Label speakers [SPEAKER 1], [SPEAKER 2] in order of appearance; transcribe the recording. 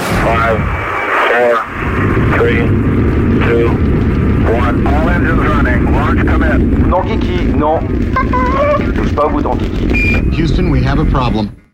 [SPEAKER 1] five, four, three, two, one. All engines running. Launch commit.
[SPEAKER 2] Non, Kiki, non. Touche pas au bouton, Kiki.
[SPEAKER 3] Houston, we have a problem.